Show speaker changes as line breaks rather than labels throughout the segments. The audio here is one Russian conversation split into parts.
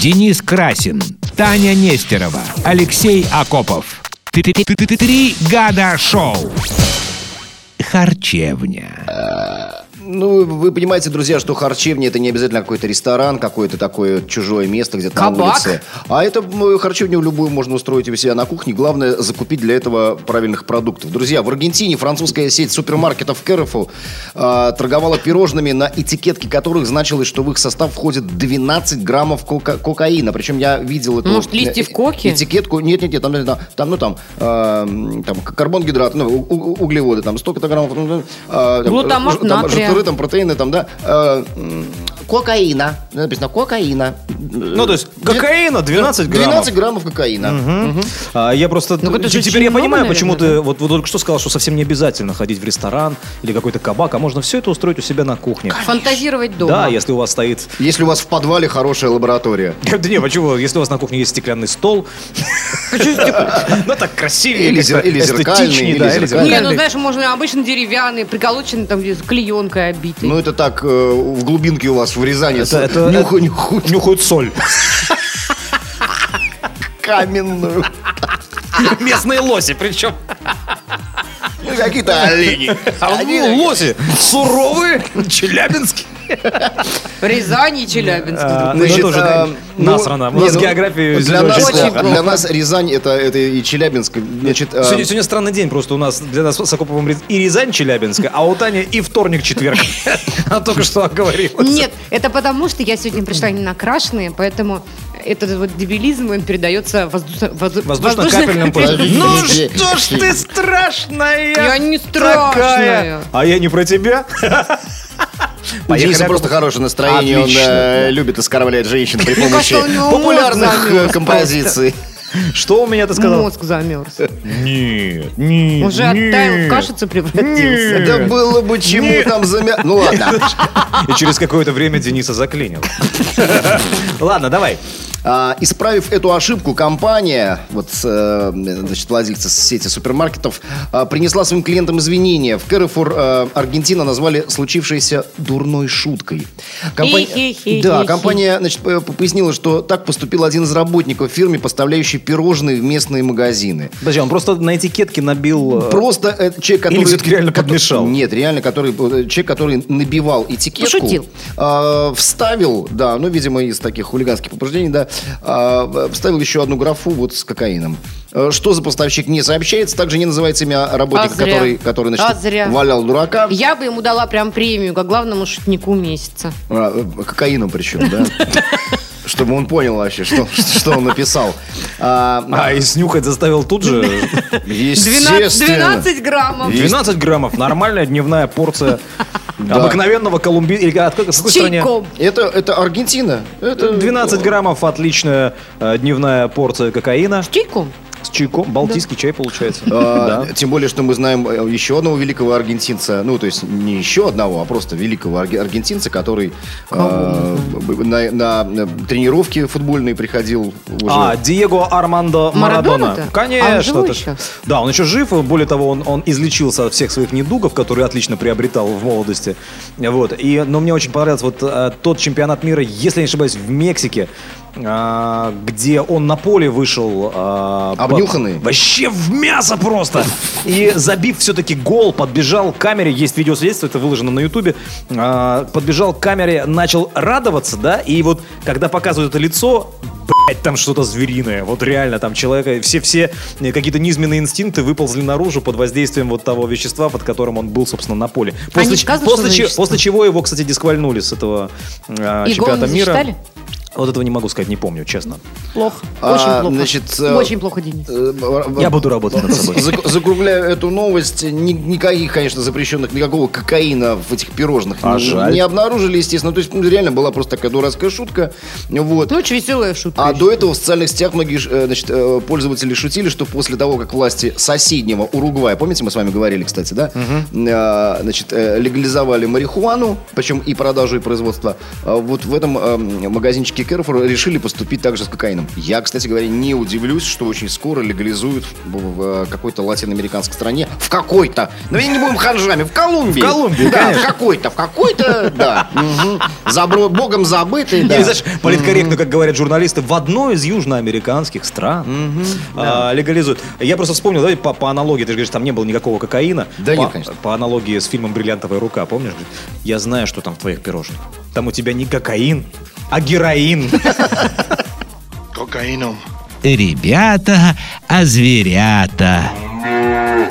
Денис Красин, Таня Нестерова, Алексей Акопов. Три года шоу. Харчевня.
Ну, вы понимаете, друзья, что харчевня это не обязательно какой-то ресторан, какое-то такое чужое место где-то на
Кабак?
улице. А это ну, харчевню любую можно устроить у себя на кухне. Главное, закупить для этого правильных продуктов. Друзья, в Аргентине французская сеть супермаркетов Кэррифу торговала пирожными, на этикетке которых значилось, что в их состав входит 12 граммов кока- кокаина. Причем я видел эту...
Может, листьев
э, э,
коки?
Этикетку, нет, нет, нет, там, там, там, ну там, э, там карбон-гидрат, ну, у- у- углеводы, там столько-то граммов, ну, э, там,
Глутамат
ж- там
натрия.
жиры, там протеины, там, да, э, м, кокаина, написано кокаина.
Ну, то есть, кокаина 12 граммов.
12 граммов кокаина.
А, я просто...
Ну-ка, Ну, это же
теперь я
очень
понимаю,
много,
почему
наверное,
ты вот, вот только что сказал, что совсем не обязательно ходить в ресторан или какой-то кабак, а можно все это устроить у себя на кухне.
Фантазировать дома.
Да, если у вас стоит...
Если у вас в подвале хорошая лаборатория.
Да не, почему? Если у вас на кухне есть стеклянный стол, ну так красивее,
Или
как-то
зер- или зеркальный,
эстетичнее,
или
да, или
зеркальный.
Не, ну
зеркальный.
знаешь, можно обычно деревянный, приколоченный там где с клеенкой обитый.
Ну, это так, э, в глубинке у вас в Рязани с-
Это- это-
нюху- нюху-
Нюхают соль.
каменную.
Местные лоси, причем.
Ну, Какие-то олени.
А вот,
Они-
ну, лоси суровые, челябинские.
Рязани и Челябинск.
Ну,
Значит,
тоже
а, ну,
насрано. У нас
не, ну,
географию
для
очень
нас,
плохо.
да, для нас Рязань это, это и Челябинск. Значит, а,
Сегодня, сегодня странный день просто у нас для нас с Акоповым Рез- и Рязань Челябинска, а у Тани и вторник четверг. Она только что оговорилась.
Нет, это потому, что я сегодня пришла не накрашенная, поэтому этот вот дебилизм, он передается воздушно... возду-
Воздушно-капельным путем.
Подождите,
Ну
подождите.
что ж ты страшная
Я не
такая.
страшная.
А я не про тебя.
У Дениса
Поехали.
просто хорошее настроение,
Отлично.
он э, любит оскорблять женщин при помощи
кажется, Ну, у него мозг
популярных э,
замерз
композиций.
Что у меня ты сказал?
Мозг замерз.
Нет, нет,
Уже оттаял, в кашицу превратился.
Да было бы чему там замя... Ну ладно.
И через какое-то время Дениса заклинило. Ладно, давай.
А, Исправив эту ошибку, компания, вот, э, значит, владельцы сети супермаркетов, а, принесла своим клиентам извинения. В Кэррифур э, Аргентина назвали случившееся дурной шуткой.
Хи-хи-хи-хи-хи.
Да, компания, значит, п- пояснила, что так поступил один из работников фирмы, поставляющий пирожные в местные магазины.
Подожди, он просто на этикетке набил... э,
Просто э, человек, который...
Или все-таки реально
кото-
подмешал?
Нет, реально, который, э, человек, который набивал этикетку.
Пошутил.
э, вставил, да, ну, видимо, из таких хулиганских побуждений, да, э, вставил еще одну графу вот с кокаином. Э, Что за поставщик не сообщается, также не называется имя работника,
А зря.
который, который, значит,
А зря.
валял дурака.
Я бы ему дала прям премию, как главному шутнику месяца.
А, э, Кокаином причем, да. Чтобы он понял вообще, что, что он написал. А,
А, и снюхать заставил тут же.
естественно.
12, 12 граммов.
12 граммов, нормальная дневная порция обыкновенного колумбийского... Или от какой, с какой
С
стране?
чайком.
Это, это Аргентина. Это
12 граммов, отличная э, дневная порция кокаина.
С чайком?
С чайком, балтийский чай получается.
А,
Да.
Тем более, что мы знаем э, еще одного великого аргентинца, ну, то есть не еще одного, а просто великого арге- аргентинца, который э, б- на, на- на э, тренировки футбольные приходил уже.
А, Диего Армандо
Марадона-то?
Марадона.
А он
Конечно.
живой
ты ж-
еще?
Да, он еще жив. Более того, он, он излечился от всех своих недугов, которые отлично приобретал в молодости. Вот. И, но мне очень понравился вот э, тот чемпионат мира, если я не ошибаюсь, в Мексике, а, где он на поле вышел... а,
Обнюханный?
по- Вообще в мясо просто! И забив все-таки гол, подбежал к камере, есть видеосвидетельство, это выложено на ютубе, а, подбежал к камере, начал радоваться, да, и вот когда показывают это лицо, блядь, там что-то звериное, вот реально, там человека, все-все э, какие-то низменные инстинкты выползли наружу под воздействием вот того вещества, под которым он был, собственно, на поле.
не
ч-
сказано,
после,
что за
че-
вещество?
после чего его, кстати, дисквальнули с этого э,
И гол
чемпионата
не
мира.
засчитали?
Вот этого не могу сказать, не помню, честно.
Плохо.
А,
Очень плохо.
значит, э,
Очень плохо, Денис.
Э, б- б-
Я буду работать над собой.
зак- Закругляю эту новость. Ни- Никаких, конечно, запрещенных, никакого кокаина в этих пирожных
А
не-
жаль.
не обнаружили, естественно. То есть ну, реально была просто такая дурацкая шутка. Вот.
Ну, очень веселая шутка.
А
еще.
до этого в социальных сетях многие ж- э, значит, э, пользователи шутили, что после того, как власти соседнего Уругвая, помните, мы с вами говорили, кстати, да, э, значит, э, легализовали марихуану, причем и продажу, и производство, э, вот в этом э, магазинчике Кэрфор решили поступить также с кокаином. Я, кстати говоря, не удивлюсь, что очень скоро легализуют в, в, э, какой-то латиноамериканской стране. В какой-то. Но не будем ханжами. В Колумбии.
В Колумбии,
Да, в
конечно.
какой-то. В какой-то, да. Мгм. Забро- Богом забытый, да.
Или, знаешь, политкорректно, как говорят журналисты, в одной из южноамериканских стран а, легализуют. Я просто вспомнил, давай по, по аналогии, ты же говоришь, там не было никакого кокаина.
Да
по,
нет, конечно.
По аналогии с фильмом «Бриллиантовая рука», помнишь? Говорит, Я знаю, что там в твоих пирожных. Там у тебя не кокаин, а героин.
Кокаином.
Ребята, а зверята.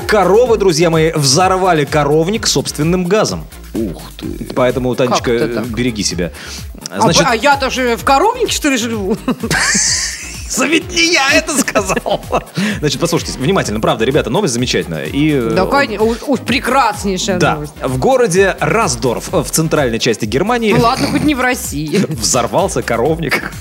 Коровы, друзья мои, взорвали коровник собственным газом.
Ух ты.
Поэтому, Танечка,
Как-то так.
э, береги себя.
А, а я-то же в коровнике, что ли, живу?
Ведь не я это сказал. Значит, послушайте, внимательно, правда, ребята, новость замечательная. И, э,
Да, конечно. Уж уж прекраснейшая
Да,
новость.
в городе Раздорф э, в центральной части Германии
Ну ладно, хоть не в России.
взорвался коровник.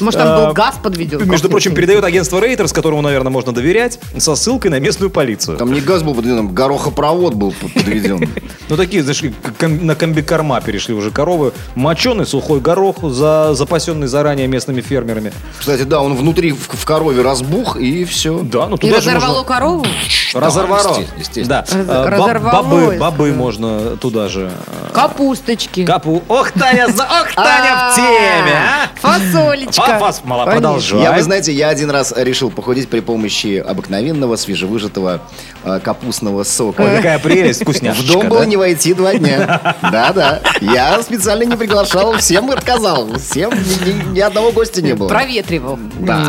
Может, там
А,
был газ подведен?
Между
как-нибудь?
прочим, передает агентство Reuters, которому, наверное, можно доверять, со ссылкой на местную полицию.
Там не газ был подведен, там горохопровод был подведен.
Ну, такие, знаешь, к- ком- на комбикорма перешли уже коровы. Моченый сухой горох, за, запасенный заранее местными фермерами.
Кстати, да, он внутри в, в корове разбух, и все.
Да, ну
И
туда же
разорвало
можно-
корову?
Разорвало.
Да, есте- естественно.
Да.
Раз-
А, баб-
разорвалось.
Бобы, бобы можно туда же. э,
Капусточки.
Капу. Ох, Таня, за- ох, Таня в теме, а!
Фасолечка.
Фа- фас- мало,
Конечно.
продолжай.
Я, вы знаете, я один раз решил похудеть при помощи обыкновенного свежевыжатого э, капустного
Ой,
сока.
какая прелесть, вкусняшка.
В дом было
да?
не войти два дня. Да-да. Я специально не приглашал, всем отказал. Всем ни, ни- ни одного гостя не было.
Проветривал.
Да.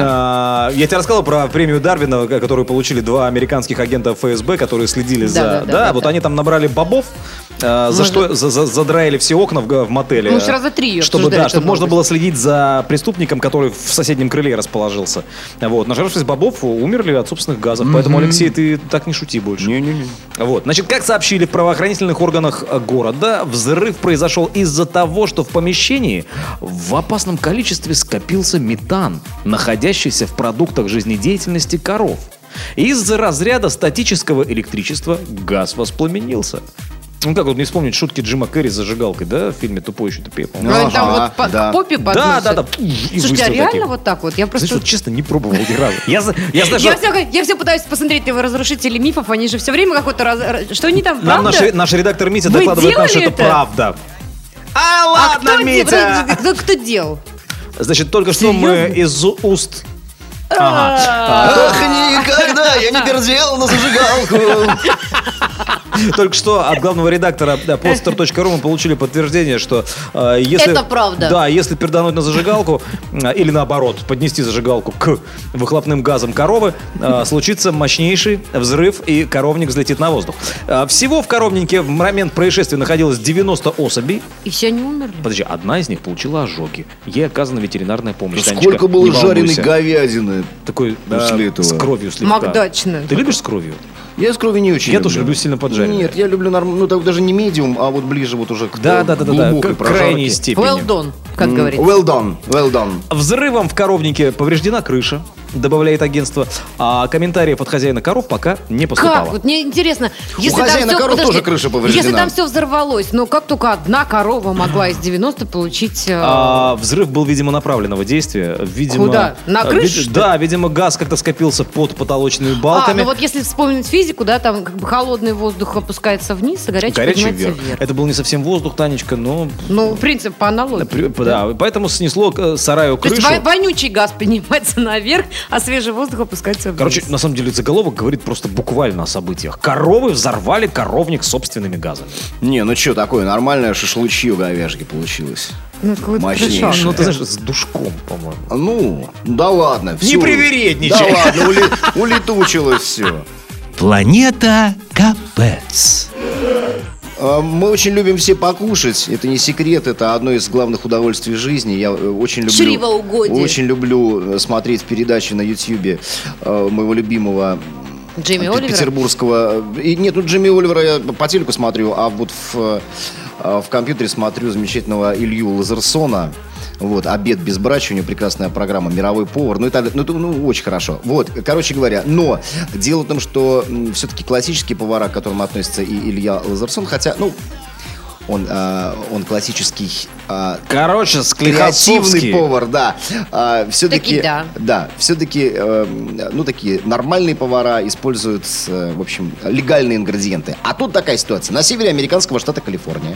А, Я тебе рассказал про премию Дарвина, к- которую получили два американских агента ФСБ, которые следили за...
да, да, да,
вот
да.
они там набрали бобов, а, за что за- за- задраили все окна в г- в мотеле.
Ну, уж раза три её
чтобы,
обсуждали
да,
эту
чтобы можно
новость.
было следить за преступником, который в соседнем крыле расположился. Вот. Нажравшись бобов, умерли от собственных газов. Поэтому, Алексей, ты так не шути больше.
Не-не-не.
Вот. Значит, как сообщили в правоохранительных органах э, города, взрыв произошел из-за того, что в помещении в опасном количестве скопился метан, находящийся в продуктах жизнедеятельности коров. Из-за разряда статического электричества газ воспламенился. Ну как вот не вспомнить шутки Джима Керри с зажигалкой, да, в фильме «Тупой еще тупее», по-моему.
Ну, они там
Ага,
вот по-
да.
к попе
Да,
подносят.
да, да. И
Слушайте, а
выстрел
реально
таким.
вот так вот? Я
Знаешь,
просто...
вот честно, не пробовал ни разу. Я, за- я знаю,
Я
что-
все, я все пытаюсь посмотреть на его разрушители мифов, они же все время какой-то раз... раз- Что они там,
Нам
правда?
наш, наш редактор Митя
Вы
докладывает нам, что
делали
это
это?
правда. А
А
ладно,
кто, де-
Митя!
подожди, кто, кто делал?
Значит, только что мы из уст... Ага.
Ах, никогда я не пердел на зажигалку.
А, Только что от главного редактора да, podster.ru мы получили подтверждение, что э, если...
Это правда.
Да, если пердануть на зажигалку, э, или наоборот, поднести зажигалку к выхлопным газам коровы, э, случится мощнейший взрыв, и коровник взлетит на воздух. Э, Всего в коровнике в момент происшествия находилось 90 особей.
И все они умерли.
Подожди, одна из них получила ожоги. Ей оказана ветеринарная помощь. Танечка,
Сколько было
не
жареной
волнуйся.
говядины.
Такой
После
э,
этого.
с кровью слегка.
Макдачно.
Ты любишь с кровью?
Я с крови не очень
Я тоже люблю сильно поджаренное.
Нет, я люблю норм... ну так даже не медиум, а вот ближе вот уже к
Да,
э,
да, да, да, да.
глубокой
к крайней
прожарке.
степени.
Well done, как говорится.
Well done, well done.
Взрывом в коровнике повреждена крыша, добавляет агентство, а комментариев от хозяина коров пока не поступало.
Как? Вот мне интересно.
хозяина
всё-
коров тоже крыша повреждена.
Если там все взорвалось, но как только одна корова могла из 90 получить... э,
А, взрыв был, видимо, направленного действия. Видимо,
Куда? На
э,
крышу,
ви-
что ли?
Да, видимо, газ как-то скопился под потолочными
А,
балками.
ну вот если вспомнить физику, да, там как бы холодный воздух опускается вниз, а горячий,
Горячий
поднимается
вверх. Это был не совсем воздух, Танечка, но...
Ну, принцип по аналогии.
при- да, поэтому снесло э, сараю
То есть
крышу.
во- вонючий газ поднимается наверх, а свежий воздух опускается вниз.
Короче, на самом деле заголовок говорит просто буквально о событиях. Коровы взорвали коровник собственными газами.
Не, ну что такое, нормальное шашлычье говяжье получилось.
ну, это какой-то
мощнейший.
трешак.
Ну, ты знаешь, с душком, по-моему.
Ну, да ладно. всё.
Не привередничай.
Да ладно, ули- улетучилось все.
Планета Капец.
А, Мы очень любим все покушать. Это не секрет, это одно из главных удовольствий жизни. Я э, очень люблю...
Чревоугодие.
Очень люблю э, смотреть передачи на Ютьюбе э, моего любимого
Джимми
пет-
Оливер.
Петербургского. И нет, ну Джимми Оливера я по телеку смотрю, а вот в, э, в компьютере смотрю замечательного Илью Лазерсона. Вот, обед без брача, у него прекрасная программа «Мировой повар», ну и так далее. Ну, это, ну, очень хорошо. Вот, короче говоря, но дело в том, что все-таки классические повара, к которым относится и Илья Лазерсон, хотя, ну, Он, а, он классический а,
Короче,
Креативный повар, да. А, все-таки,
Такие, да.
все-таки, ну такие нормальные повара используют, э, в общем, легальные ингредиенты. А тут такая ситуация. На севере американского штата Калифорния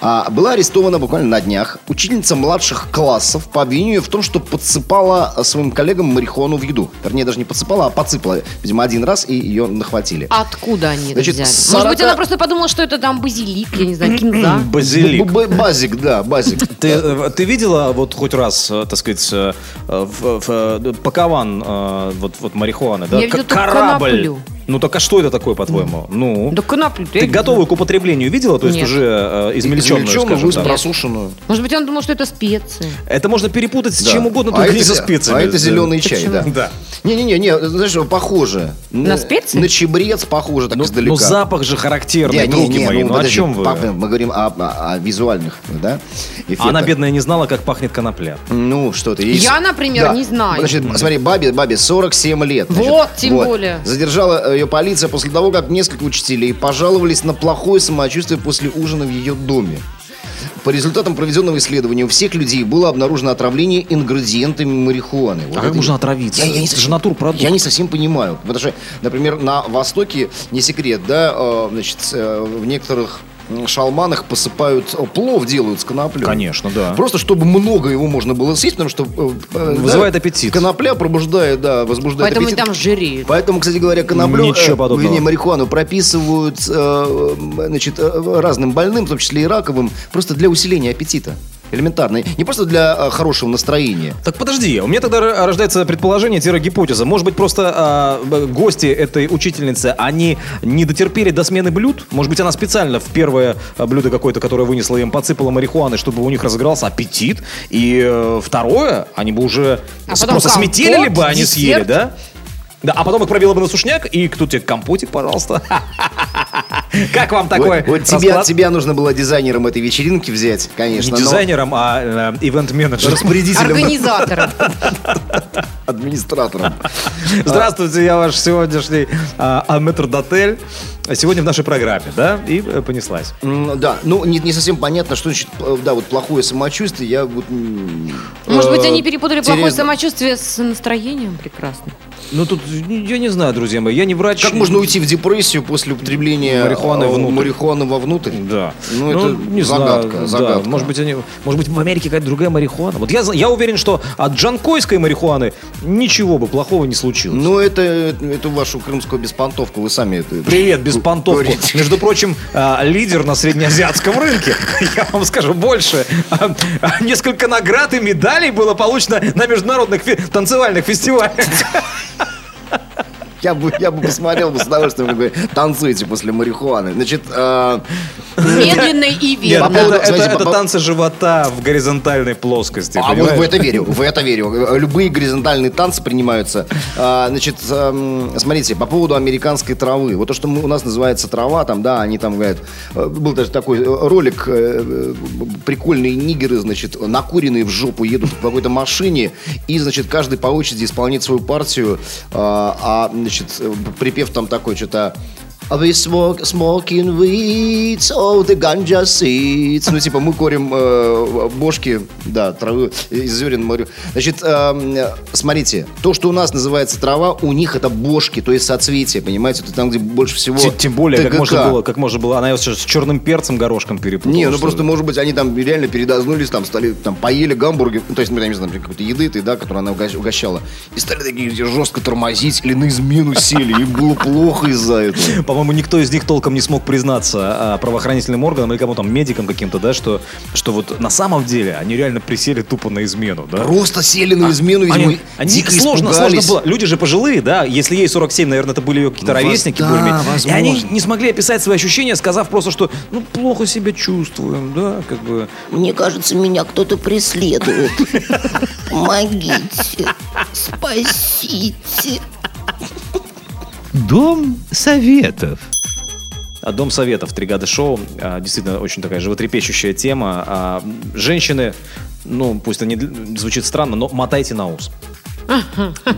а, была арестована буквально на днях учительница младших классов по обвинению в том, что подсыпала э, своим коллегам марихуану в еду. Вернее, даже не подсыпала, а подсыпала, видимо, один раз и ее нахватили.
Откуда они это
Значит,
взяли? Может
40
быть, она просто подумала, что это там базилик, я не знаю, кинза.
Базилик.
Б- б- Базик, да, базик.
Ты, э, ты видела вот хоть раз, э, так сказать, э, в- в- пакован э, вот, вот марихуаны, да?
Я видела
К-
только
Корабль.
коноплю.
Ну так а что это такое, по-твоему? Ну,
Да коноплю.
ты готовую к употреблению видела, то есть
Нет.
уже э, измельченную,
Измельченную,
скажем так.
просушенную.
Может быть, он думал, что это специи.
Это можно перепутать с
Да.
чем угодно,
А
только
это-
не со специями.
А это
Да.
зеленый чай,
Почему?
да.
Да.
Не-не-не, знаешь, что, похоже.
На специи?
На чебрец похоже, так
Ну,
издалека.
ну, запах же
Не,
характерный,
не,
други
не,
мои. Ну, о
подожди,
чем вы?
папа, мы говорим о, о- о визуальных, да, эффектах.
А Она, бедная, не знала, как пахнет конопля.
Ну, что ты.
Я, например, не знаю.
Значит, смотри, бабе, бабе 47 лет. значит,
Вот, тем более.
Задержала э, ее полиция после того, как несколько учителей пожаловались на плохое самочувствие после ужина в ее доме. По результатам проведенного исследования у всех людей было обнаружено отравление ингредиентами марихуаны. Вот
А как
это-
можно отравиться?
Я, я не
это же
совсем,
натурпродукт.
я не совсем понимаю. Потому что, например, на Востоке, не секрет, да, э, значит, э, в некоторых м, шалманах посыпают э, плов, делают с коноплей.
Конечно, да.
Просто чтобы много его можно было съесть, потому что... э, э,
Вызывает
да,
аппетит.
Конопля пробуждает, да, возбуждает
Поэтому они
аппетит.
там жиреют.
Поэтому, кстати говоря, коноплю,
Ничего
э,
подобного.
вернее, марихуану прописывают э, м, значит, э, разным больным, в том числе и раковым, просто для усиления аппетита. Элементарно. Не просто для э, хорошего настроения.
Так подожди, у меня тогда ро- рождается предположение-гипотеза. Может быть, просто а, б- гости этой учительницы, они не дотерпели до смены блюд? Может быть, она специально в первое а, блюдо какое-то, которое вынесла им, подсыпала марихуаны, чтобы у них разыгрался аппетит? И э, второе, они бы уже
А
с-
потом
просто
компот,
сметелили бы, они
десерт.
съели, да? Да, а потом их пробило бы на сушняк, и кто тебе компотик, пожалуйста. Как вам такой
Вот, вот тебя,
расклад?
тебя нужно было дизайнером этой вечеринки взять,
Не
конечно. но
дизайнером, а э, ивент-менеджером.
Распорядителем,
Организаторы.
администратором.
Здравствуйте, я ваш сегодняшний а, Аметр Дотель. Сегодня в нашей программе, да? И э, понеслась.
М, Да, ну не, не совсем понятно, что значит, э, да, вот плохое самочувствие. Я вот, м,
Может быть,
э,
они перепутали плохое
терез-
самочувствие с настроением прекрасным.
Ну тут, я не знаю, друзья мои, я не врач.
Как можно уйти в депрессию после употребления
Марихуаны
э,
внутрь.
марихуаны вовнутрь?
Да.
Ну, это загадка,
да.
загадка.
Может быть, они, может быть, в Америке какая-то другая марихуана. Вот я, зна- я уверен, что от джанкойской марихуаны ничего бы плохого не случилось.
Ну, это, это вашу крымскую беспонтовку, вы сами это...
Привет, без понтов.
Курить.
Между прочим, а, лидер на среднеазиатском рынке. Я вам скажу больше. А, а, Несколько наград и медалей было получено на международных фе- танцевальных фестивалях.
Я бы, я бы посмотрел бы с удовольствием, как вы танцуете после марихуаны. Значит, э,
Медленно и
Нет,
По
верно.
поводу-
это, это-
знаете, по
это
пов-
танцы живота в горизонтальной плоскости.
а вот
понимаешь?
в это верю, в это верю. Любые горизонтальные танцы принимаются. А, значит, эм, смотрите, по поводу американской травы. Вот то, что мы- у нас называется трава, там, да, они там говорят... э, Был даже такой э, ролик, э, э, прикольные нигеры, значит, накуренные в жопу едут в какой-то машине, и, значит, каждый по очереди исполняет свою партию, а, а, значит, э, припев там такой, что-то... We smoke, smoking weeds, all the ganja seeds. Ну, типа, мы корим э, бошки, да, травы из зерен морю. Значит, эм, э, смотрите, то, что у нас называется трава, у них это бошки, то есть соцветия, понимаете? Это там, где больше всего
Те- Тем более, как
ТГК.
можно было, как можно было, она её с черным перцем горошком перепутала.
Не, ну
что
просто,
ли.
может быть, они там реально передознулись, там стали, там, поели гамбургер, ну, то есть, ну, я не знаю, например, какой-то еды, ты, да, которую она угощ- угощала, и стали такие жестко тормозить или на измену сели, и было плохо из-за этого.
По-моему, никто из них толком не смог признаться а, правоохранительным органам или кому-то там, медикам каким-то, да, что, что вот на самом деле они реально присели тупо на измену, да?
Просто сели на измену, видимо,
А Они, они
дико
сложно, сложно
испугались.
было. Люди же пожилые, да. Если ей 47, наверное, это были ее какие-то
Ну, воз-
ровесники.
да,
более-менее. и
возможно.
они не смогли описать свои ощущения, сказав просто, что ну плохо себя чувствуем, да, как бы.
Мне кажется, меня кто-то преследует. Помогите. Спасите.
Дом советов.
А, Дом советов Тригады Шоу. а, Действительно, очень такая животрепещущая тема. А, Женщины, ну, пусть это не для- звучит странно, но мотайте на ус.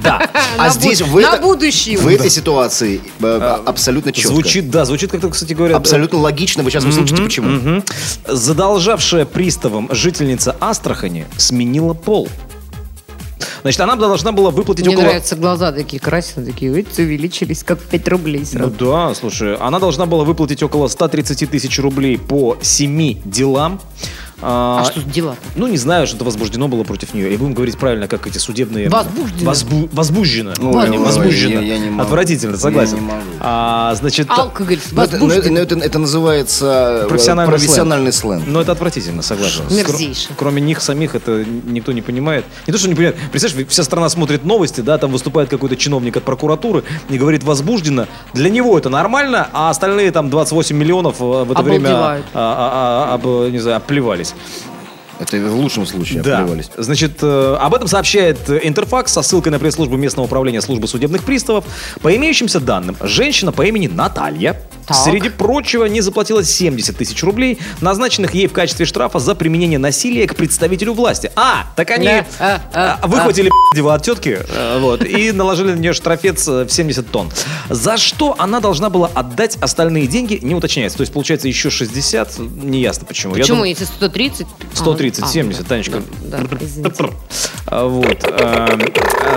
Да.
А
Э, На
здесь
бу-
в,
на
это-
будущее.
в этой ситуации э, абсолютно четко.
А, Звучит, да, звучит как-то, кстати говоря, э,
Абсолютно логично, вы сейчас услышите, почему.
Мгм. Задолжавшая приставом жительница Астрахани сменила пол. Значит, она должна была выплатить
Мне
около...
нравятся глаза такие красные, такие, видите, увеличились, как 5 рублей
Ну
сразу.
да, слушай, она должна была выплатить около 130 тысяч рублей по семи делам. А,
А что за дела?
Ну, не знаю, что-то возбуждено было против нее. И будем говорить правильно, как эти судебные...
Возбуждено.
Возбу- Возбуждено.
Ой,
Не,
ой,
возбуждено.
Ну, я- я не могу.
Отвратительно, согласен.
Я не могу.
А, значит...
Алкоголь,
Но Ну, это,
ну,
но это- но это- это называется э,
Профессиональный Ну,
профессиональный сленг.
Но это отвратительно, согласен. Кро-
Мерзейше.
кроме них самих это никто не понимает. Не то, что не понимает. Представляешь, вся страна смотрит новости, да, там выступает какой-то чиновник от прокуратуры и говорит возбужденно. Для него это нормально, а остальные там 28 миллионов э, в это время а,
Обалдевают.
а- а- об, э, не знаю, оплевались.
Это в лучшем случае обливались.
Значит, э, об этом сообщает э, Интерфакс со ссылкой на пресс-службу местного управления службы судебных приставов. По имеющимся данным, женщина по имени Наталья,
Так.
среди прочего, не заплатила 70 тысяч рублей, назначенных ей в качестве штрафа за применение насилия к представителю власти. А, так они
Да, а, а,
э, выхватили пи***дева от тетки э, вот, и наложили на нее штрафец э, в 70 тонн. За что она должна была отдать остальные деньги, не уточняется. То есть, получается, еще 60, неясно почему. Я
Почему,
думаю-
если 130? А,
130,
а,
70,
да,
Танечка.
Да, да, извините.
А, Вот. эм,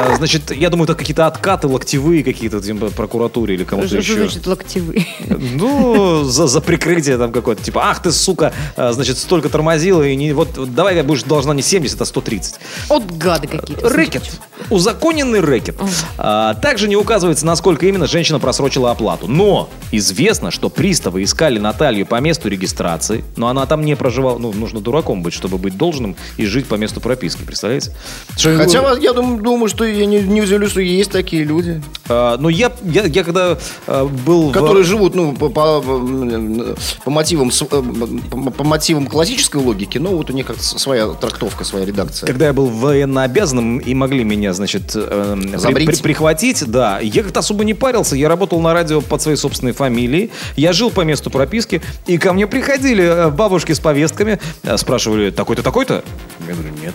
а, Значит, я думаю, это какие-то откаты локтевые какие-то типа, прокуратуре или кому-то
Что
еще.
значит локтевые?
Ну, за, за прикрытие там какое-то. Типа, ах ты, сука, а, значит, столько тормозила, и не, вот вот давай я будешь должна не 70, а 130.
От гады какие-то.
Рэкет. Узаконенный рэкет. А, также не указывается, насколько именно женщина просрочила оплату. Но известно, что приставы искали Наталью по месту регистрации, но она там не проживала. Ну, нужно дураком быть, чтобы быть должным и жить по месту прописки, представляете? Что я
Хотя
говорю?
вот я дум- думаю, что я не, не удивлюсь, что есть такие люди,
А, ну, я, я, я когда а, был... в-
которые живут ну, по, по- по мотивам, с- э, по, по мотивам классической логики, но вот у них как своя трактовка, своя редакция.
Когда я был военнообязанным и могли меня, значит, эм, при-
Забрить.
при- прихватить, да, я как-то особо не парился. Я работал на радио под своей собственной фамилией. Я жил по месту прописки. И ко мне приходили э, бабушки с повестками, э, спрашивали, такой-то, такой-то? Я говорю, нет.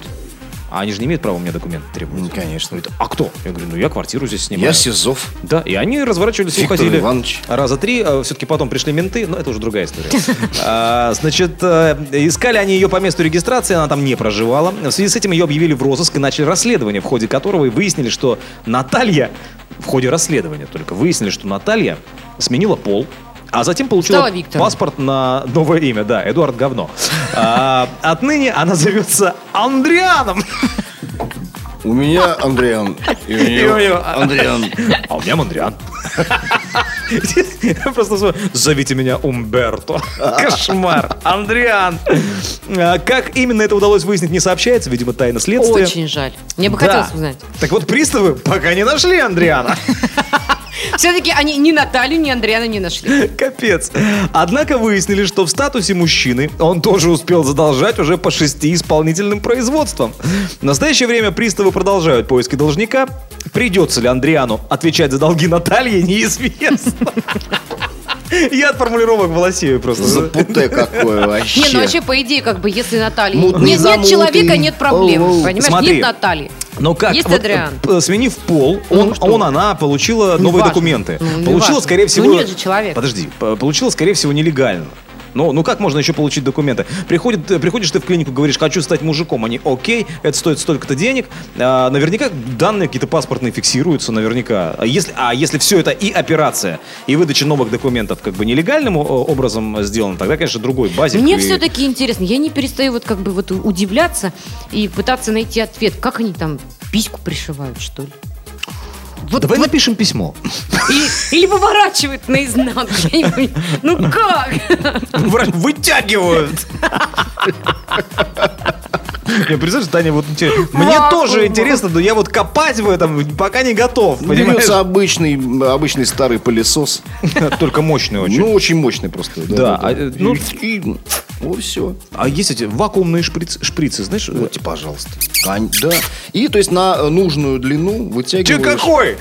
А они же не имеют права у меня документы требовать.
Ну, конечно.
Говорит, а кто? Я говорю, ну я квартиру здесь снимаю.
Я Сизов.
Да, и они разворачивались и
Виктор
уходили
Иванович.
раза три. Все-таки потом пришли менты, но это уже другая история. А, Значит, э, искали они ее по месту регистрации, она там не проживала. В связи с этим ее объявили в розыск и начали расследование, в ходе которого и выяснили, что Наталья, в ходе расследования только, выяснили, что Наталья сменила пол, а затем получила
Стала Виктором.
паспорт на новое имя, да, Эдуард Говно. А, Отныне она зовется Андрианом.
У меня Андриан. И у
И у
нее
него
Андриан.
А у меня Мондриан. Просто называю, зовите меня Умберто. Кошмар. Андриан. А, Как именно это удалось выяснить, не сообщается. Видимо, тайна следствия.
Очень жаль. Мне бы
Да.
хотелось узнать.
Так вот, приставы пока не нашли Андриана.
Все-таки они ни Наталью, ни Андриана не нашли.
Капец. Однако выяснили, что в статусе мужчины он тоже успел задолжать уже по шести исполнительным производствам. В настоящее время приставы продолжают поиски должника. Придется ли Андриану отвечать за долги Натальи, неизвестно. Я от формулировок волосею просто.
Запутай какое вообще.
Не, ну вообще, по идее, как бы, если Наталья...
Мутный,
Нет, нет
замутный.
человека, нет
Оу,
проблем.
оу.
Понимаешь,
Смотри.
нет Натальи.
Но как?
Есть
вот,
Адриан?
э, Сменив пол, он,
что?
он, она получила
Не
новые
важно.
документы.
Ну, не
получила,
важно.
скорее
Ну,
всего...
нет же человека.
Подожди, п- получила, скорее всего, нелегально. Ну, ну как можно еще получить документы? Приходит, э, приходишь ты в клинику, говоришь, хочу стать мужиком. Они, окей, это стоит столько-то денег. А, наверняка данные какие-то паспортные фиксируются, наверняка. А если, а если все это и операция, и выдача новых документов как бы нелегальным э, образом сделано, тогда, конечно, другой базик.
Мне
и-
все-таки интересно. Я не перестаю вот как бы вот удивляться и пытаться найти ответ. Как они там письку пришивают, что ли? Вот,
Давай
вот
напишем письмо.
Или, или выворачивают наизнанку. Я не понимаю. Ну как?
Вытягивают. Я представляю, что, Таня, вот у тебя- мне
Вакуум.
тоже интересно, но я вот копать в этом пока не готов, понимаешь?
Берется обычный, обычный старый пылесос.
а, Только мощный очень.
Ну, очень мощный просто.
Да, а, э, ну-
И- и- ну, все.
А есть эти вакуумные шприц- шприцы, знаешь?
Вот, пожалуйста. Кон- Да. И, то есть, на э, нужную длину
Че
вытягиваешь.
какой?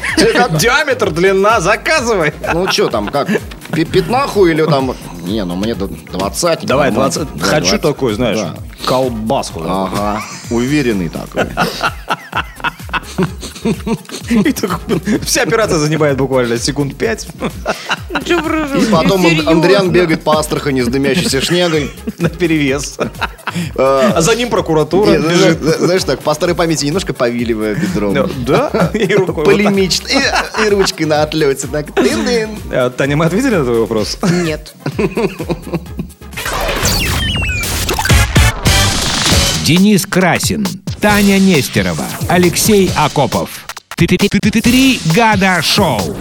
Диаметр, длина, заказывай.
Ну, что там, как, пи- пятнаху или там... Не, ну, мне до 20.
Давай, А.
Ну,
20.
да,
Хочу
20.
такой, знаешь,
Да.
колбаску.
Ага, уверенный такой.
И так, Вся операция занимает буквально секунд пять.
Ну,
И потом Ан- Андриан бегает по Астрахани с дымящейся шнягой.
На перевес.
Э,
А за ним прокуратура
не,
бежит.
Знаешь, знаешь, так, по старой памяти немножко повиливая бедром.
Ну, Да? И рукой вот так.
Полемично. И, и ручкой на отлете. Так, тын-тын.
Э, Таня, мы ответили на твой вопрос?
Нет.
Денис Красин, Таня Нестерова, Алексей Акопов. Три года шоу.